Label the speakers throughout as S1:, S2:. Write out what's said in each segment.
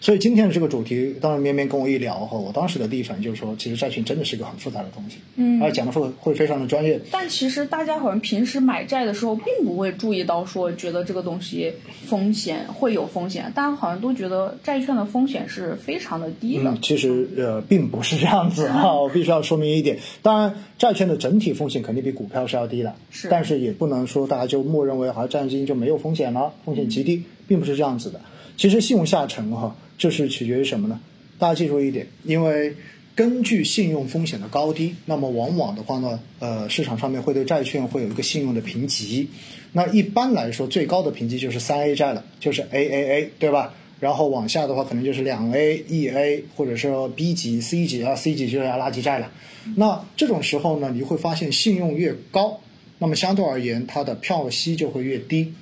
S1: 所以今天的这个主题，当然绵绵跟我一聊后，我当时的第一反应就是说，其实债券真的是一个很复杂的东西，
S2: 嗯
S1: 而且讲的会会非常的专业。
S2: 但其实大家好像平时买债的时候，并不会注意到说觉得这个东西风险会有风险，大家好像都觉得债券的风险是非常的低的。
S1: 嗯，其实呃，并不是这样子啊，我必须要说明一点。当然，债券的整体风险肯定比股票是要低的，
S2: 是
S1: 但是也不能说大家就默认为好像债券基金就没有风险了，风险极低，并不是这样子的。其实信用下沉哈、就是取决于什么呢？大家记住一点，因为根据信用风险的高低，那么往往的话呢，呃，市场上面会对债券会有一个信用的评级。那一般来说，最高的评级就是三 A 债了，就是 AAA，对吧？然后往下的话，可能就是两 A、E A，或者是 B 级、C 级啊，C 级就是阿拉级债了。那这种时候呢，你会发现信用越高，那么相对而言，它的票息就会越低。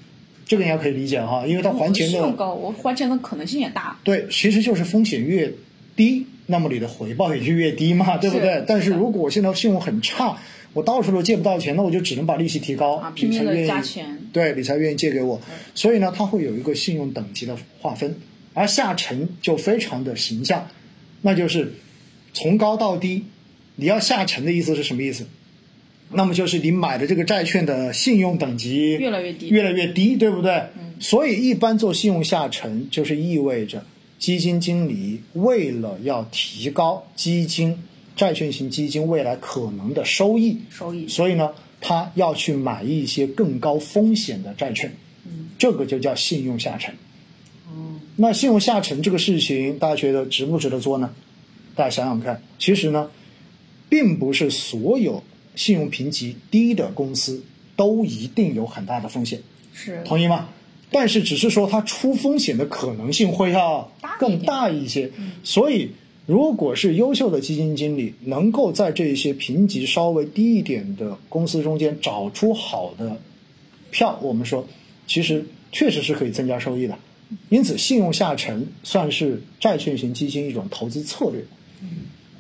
S1: 这个应该可以理解哈，因为它还钱
S2: 信
S1: 的
S2: 用高，我还钱的可能性也大。
S1: 对，其实就是风险越低，那么你的回报也就越低嘛，对不对？
S2: 是
S1: 但是如果我现在信用很差，我到处都借不到钱，那我就只能把利息提高，
S2: 啊拼命地
S1: 你才愿意
S2: 加钱
S1: 对，你才愿意借给我。所以呢，它会有一个信用等级的划分，而下沉就非常的形象，那就是从高到低。你要下沉的意思是什么意思？那么就是你买的这个债券的信用等级
S2: 越来越低
S1: 越来越低，对不对？所以一般做信用下沉，就是意味着基金经理为了要提高基金债券型基金未来可能的收益，
S2: 收益
S1: 所以呢，他要去买一些更高风险的债券，
S2: 嗯
S1: 这个就叫信用下沉。那信用下沉这个事情，大家觉得值不值得做呢？大家想想看，其实呢，并不是所有信用评级低的公司都一定有很大的风险，
S2: 是
S1: 同意吗？但是只是说它出风险的可能性会要更大一嗯些，所以如果是优秀的基金经理能够在这些评级稍微低一点的公司中间找出好的票，我们说其实确实是可以增加收益的。因此，信用下沉算是债券型基金一种投资策略。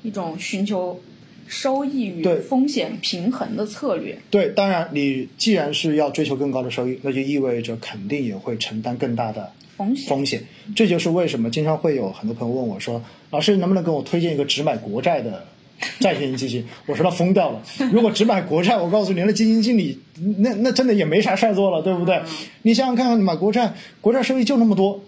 S2: 一种寻求收益与
S1: 对
S2: 风险平衡的策略。
S1: 对，当然，你既然是要追求更高的收益，那就意味着肯定也会承担更大的
S2: 风险
S1: 风险，这就是为什么经常会有很多朋友问我说：“老师，能不能给我推荐一个只买国债的债券型基金？”我说他疯掉了。如果只买国债，我告诉你，那基金经理那那真的也没啥事儿做了，对不对？你想想看看，你买国债，国债收益就那么多。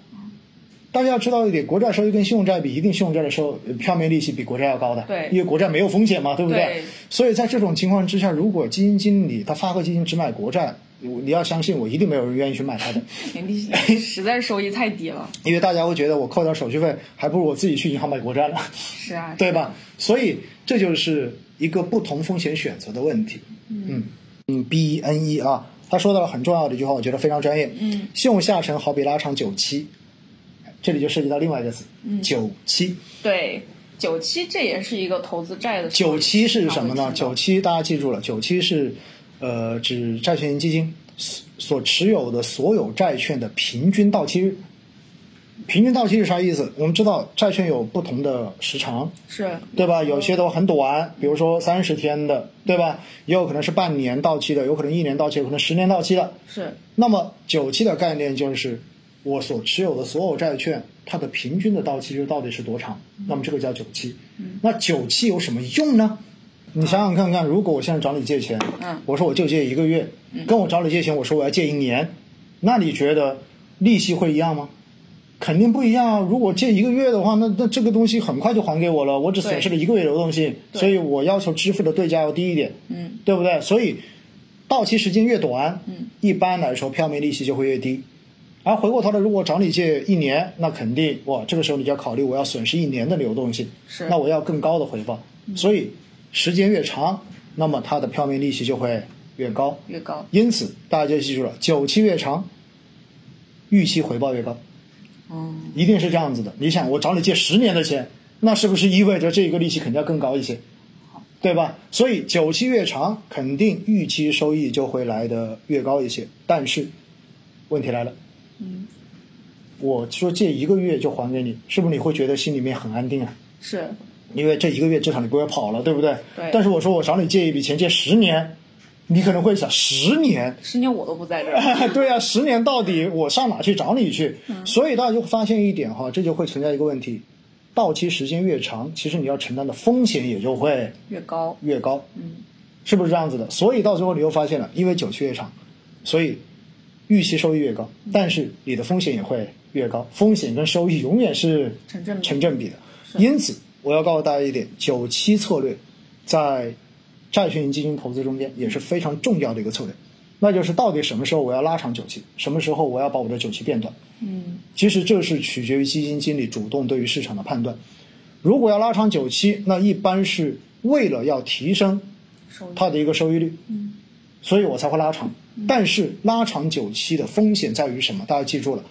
S1: 大家要知道一点，国债收益跟信用债比，一定信用债的收票面利息比国债要高的，
S2: 对
S1: 因为国债没有风险嘛，对不对？
S2: 对
S1: 所以在这种情况之下，如果基金经理他发个基金只买国债，我你要相信我，一定没有人愿意去买他的。
S2: 利息 实在收益太低了。
S1: 因为大家会觉得我扣点手续费，还不如我自己去银行买国债呢，
S2: 是啊，
S1: 对吧？所以这就是一个不同风险选择的问题。嗯嗯，B E N E 啊，他说到了很重要的一句话，我觉得非常专业。
S2: 嗯，
S1: 信用下沉好比拉长久期，这里就涉及到另外一个词，
S2: 嗯
S1: 久期。
S2: 对，九七这也是一个投资债的
S1: 九期是什么呢？
S2: 常
S1: 九
S2: 会提
S1: 期大家记住了，九期是呃指债券型基金所所持有的所有债券的平均到期日。平均到期是啥意思？我们知道债券有不同的时长，
S2: 到是
S1: 对吧？有些都很短，比如说三十天的，对吧？也有可能是半年到期的，有可能一年到期，有可能十年到期的。
S2: 是
S1: 那么九期的概念就是我所持有的所有债券，它的平均的到期日到底是多长？
S2: 嗯
S1: 那么这个叫九期。那九期有什么用呢？你想想看看，如果我现在找你借钱，
S2: 嗯
S1: 我说我就借一个月，跟我找你借钱，我说我要借一年，那你觉得利息会一样吗？肯定不一样啊！如果借一个月的话，那那这个东西很快就还给我了，我只损失了一个月流动性，
S2: 对
S1: 所以我要求支付的对价要低一点。
S2: 嗯
S1: 对不对？所以到期时间越短，
S2: 嗯，
S1: 一般来说票面利息就会越低。而回过头来，如果找你借一年，那肯定哇，这个时候你就要考虑我要损失一年的流动性，
S2: 是嗯
S1: 那我要更高的回报。所以时间越长，那么它的票面利息就会越高。
S2: 越高。
S1: 因此，大家就记住了，久期越长，预期回报越高。
S2: 嗯，
S1: 一定是这样子的。你想，我找你借十年的钱，那是不是意味着这个利息肯定要更高一些，对吧？所以久期越长，肯定预期收益就会来的越高一些。但是，问题来了，
S2: 嗯，
S1: 我说借一个月就还给你，是不是你会觉得心里面很安定啊？
S2: 是
S1: 因为这一个月至少你不会跑了，对不对？
S2: 对
S1: 但是我说我找你借一笔钱，借十年，你可能会想，十年，
S2: 十年我都不在这儿。
S1: 对啊，十年到底我上哪去找你去？所以大家就发现一点哈，这就会存在一个问题，到期时间越长，其实你要承担的风险也就会
S2: 越高，
S1: 越高，
S2: 嗯，
S1: 是不是这样子的？所以到最后你又发现了，因为久期越长，所以预期收益越高，但是你的风险也会越高，风险跟收益永远是
S2: 成正比
S1: 成正比的。因此，我要告诉大家一点，久期策略在债券型基金投资中间也是非常重要的一个策略，那就是到底什么时候我要拉长久期，什么时候我要把我的久期变短。
S2: 嗯
S1: 其实这是取决于基金经理主动对于市场的判断。如果要拉长久期，那一般是为了要提升
S2: 收益，
S1: 它的一个收益率，
S2: 嗯
S1: 所以我才会拉长。但是拉长久期的风险在于什么？大家记住了，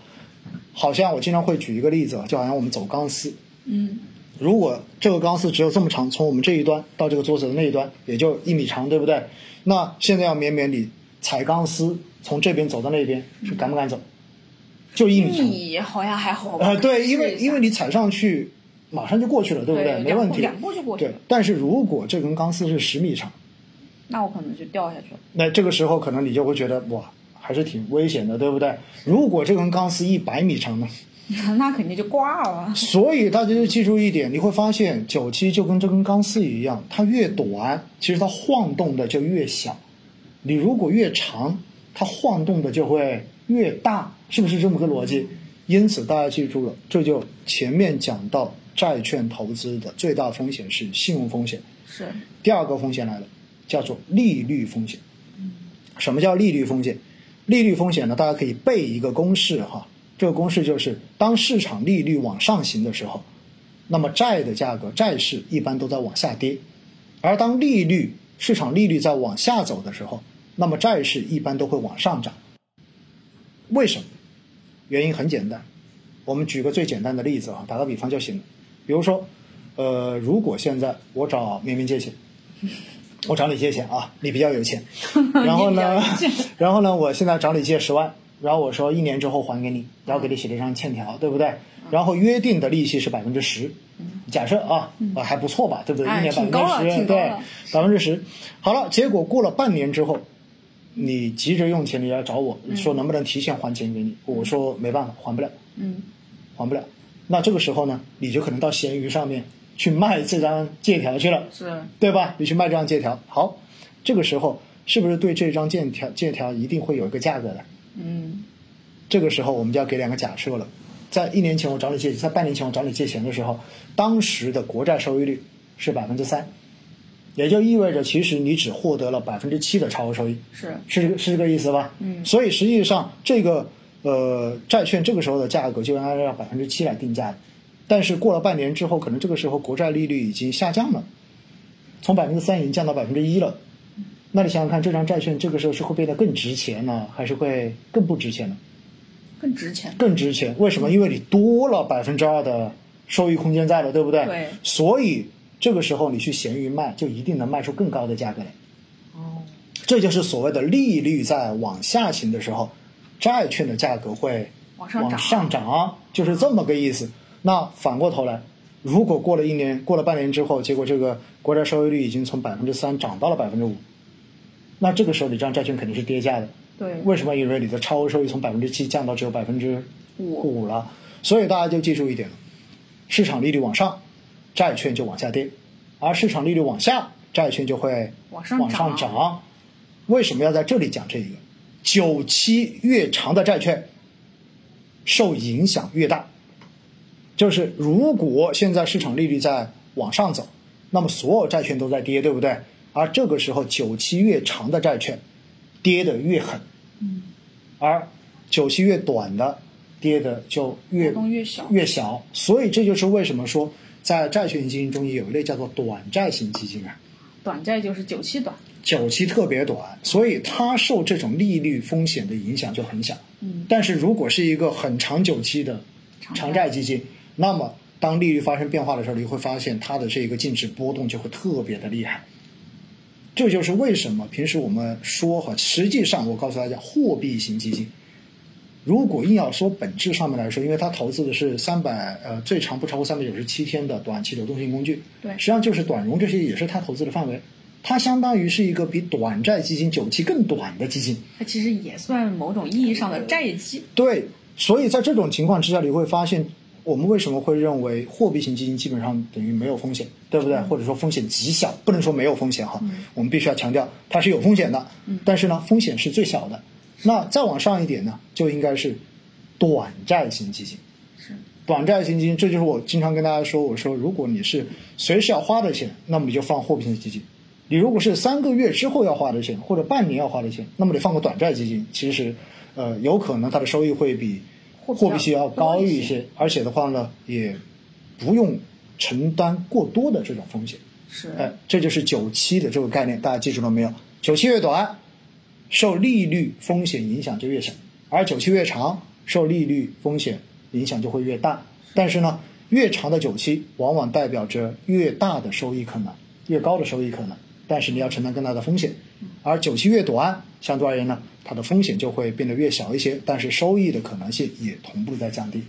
S1: 好像我经常会举一个例子啊，就好像我们走钢丝，
S2: 嗯
S1: 如果这个钢丝只有这么长，从我们这一端到这个桌子的那一端，也就一米长，对不对？那现在要勉勉你踩钢丝从这边走到那边，是敢不敢走？就一米长。
S2: 你好像还好吧？
S1: 呃，对，因
S2: 试
S1: 为
S2: 一下
S1: 因为你踩上去，马上就过去了，对不
S2: 对
S1: 没问题。
S2: 两步两步就过去了
S1: 对，但是如果这根钢丝是十米长，
S2: 那我可能就掉下去了。
S1: 那这个时候可能你就会觉得哇，还是挺危险的，对不对？如果这根钢丝一百米长呢？
S2: 那肯定就挂了。
S1: 所以大家就记住一点，你会发现九七就跟这根钢丝一样，它越短，其实它晃动的就越小；你如果越长，它晃动的就会越大，是不是这么个逻辑？因此大家记住了，这就前面讲到债券投资的最大风险是信用风险，
S2: 是，
S1: 第二个风险来了，叫做利率风险。什么叫利率风险？利率风险呢，大家可以背一个公式哈。这个公式就是，当市场利率往上行的时候，那么债的价格、债市一般都在往下跌；而当利率、市场利率在往下走的时候，那么债市一般都会往上涨。为什么？原因很简单，我们举个最简单的例子啊，打个比方就行了。比如说，呃，如果现在我找明明借 钱，我找你借钱啊，你比较有钱，然后呢
S2: 你比较有钱，
S1: 然后呢，我现在找你借十万，然后我说一年之后还给你，然后给你写了一张欠
S2: 嗯
S1: 条，对不对？然后约定的利息是百分之十，假设啊，啊还不错吧，对不对？
S2: 嗯哎
S1: 一年百
S2: 挺
S1: 分
S2: 高了
S1: 之十，
S2: 挺高
S1: 对
S2: 了，
S1: 百分之十。好了，结果过了半年之后，你急着用钱，你来找我说能不能提前还钱给你？我说没办法，还不了，
S2: 嗯，
S1: 还不了。那这个时候呢，你就可能到闲鱼上面去卖这张借条去了，
S2: 是，
S1: 对吧？你去卖这张借条，好，这个时候是不是对这张借条借条一定会有一个价格的？
S2: 嗯
S1: 这个时候我们就要给两个假设了。在一年前我找你借，在半年前我找你借钱的时候，当时的国债收益率是百分之三，也就意味着其实你只获得了百分之七的超额收益，
S2: 是，
S1: 是这个是这个意思吧？
S2: 嗯
S1: 所以实际上这个呃债券这个时候的价格就按照百分之七来定价的，但是过了半年之后，可能这个时候国债利率已经下降了，从百分之三已经降到百分之一了。那你想想看，这张债券这个时候是会变得更值钱呢，还是会更不值钱呢？
S2: 更值钱。
S1: 更值钱。为什么？因为你多了百分之二的收益空间在了，对不对？
S2: 对
S1: 所以这个时候你去闲鱼卖，就一定能卖出更高的价格来。
S2: 哦，
S1: 这就是所谓的利率在往下行的时候，债券的价格会
S2: 往上涨
S1: 涨就是这么个意思。那反过头来，如果过了一年、过了半年之后，结果这个国债收益率已经从百分之三涨到了百分之五，那这个时候你这张债券肯定是跌价的。
S2: 对，
S1: 为什么？因为你的超额收益从百分之七降到只有百分之
S2: 五
S1: 五了，所以大家就记住一点了：市场利率往上，债券就往下跌；而市场利率往下，债券就会
S2: 往上
S1: 往上
S2: 涨
S1: 涨。为什么要在这里讲这个？久期越长的债券受影响越大。就是如果现在市场利率在往上走，那么所有债券都在跌，对不对？而这个时候，久期越长的债券跌得越狠，
S2: 嗯，
S1: 而久期越短的跌的就越
S2: 波动越小
S1: 越小。所以这就是为什么说在债券型基金中有一类叫做短债型基金啊，
S2: 短债就是久期短。嗯
S1: 久期特别短，所以它受这种利率风险的影响就很小。
S2: 嗯
S1: 但是如果是一个很长久期的
S2: 长
S1: 长债
S2: 债
S1: 基金，那么当利率发生变化的时候，你会发现它的这个净值波动就会特别的厉害。这就是为什么平时我们说哈，实际上我告诉大家，货币型基金，如果硬要说本质上面来说，因为它投资的是三百呃最长不超过三百九十七天的短期流动性工具，
S2: 对
S1: 实际上就是短融这些也是它投资的范围。它相当于是一个比短债基金久期更短的基金。
S2: 它其实也算某种意义上的债基。
S1: 对，所以在这种情况之下，你会发现我们为什么会认为货币型基金基本上等于没有风险，对不对？或者说风险极小，不能说没有风险哈。我们必须要强调它是有风险的，但是呢，风险是最小的。那再往上一点呢，就应该是短债型基金。
S2: 是，
S1: 短债型基金，这就是我经常跟大家说，我说如果你是随时要花的钱，那么你就放货币型基金；你如果是三个月之后要花的钱，或者半年要花的钱，那么你放个短债基金，其实呃有可能它的收益会比
S2: 货币
S1: 货币息要
S2: 要高
S1: 高
S2: 一
S1: 一些，而且的话呢，也不用承担过多的这种风险。
S2: 是，
S1: 哎，这就是久期的这个概念，大家记住了没有？久期越短，受利率风险影响就越小，而久期越长，受利率风险影响就会越大。但是呢，越长的久期往往代表着越大的收益可能，越高的收益可能，但是你要承担更大的风险。而久期越短，相对而言呢，它的风险就会变得越小一些，但是收益的可能性也同步在降低。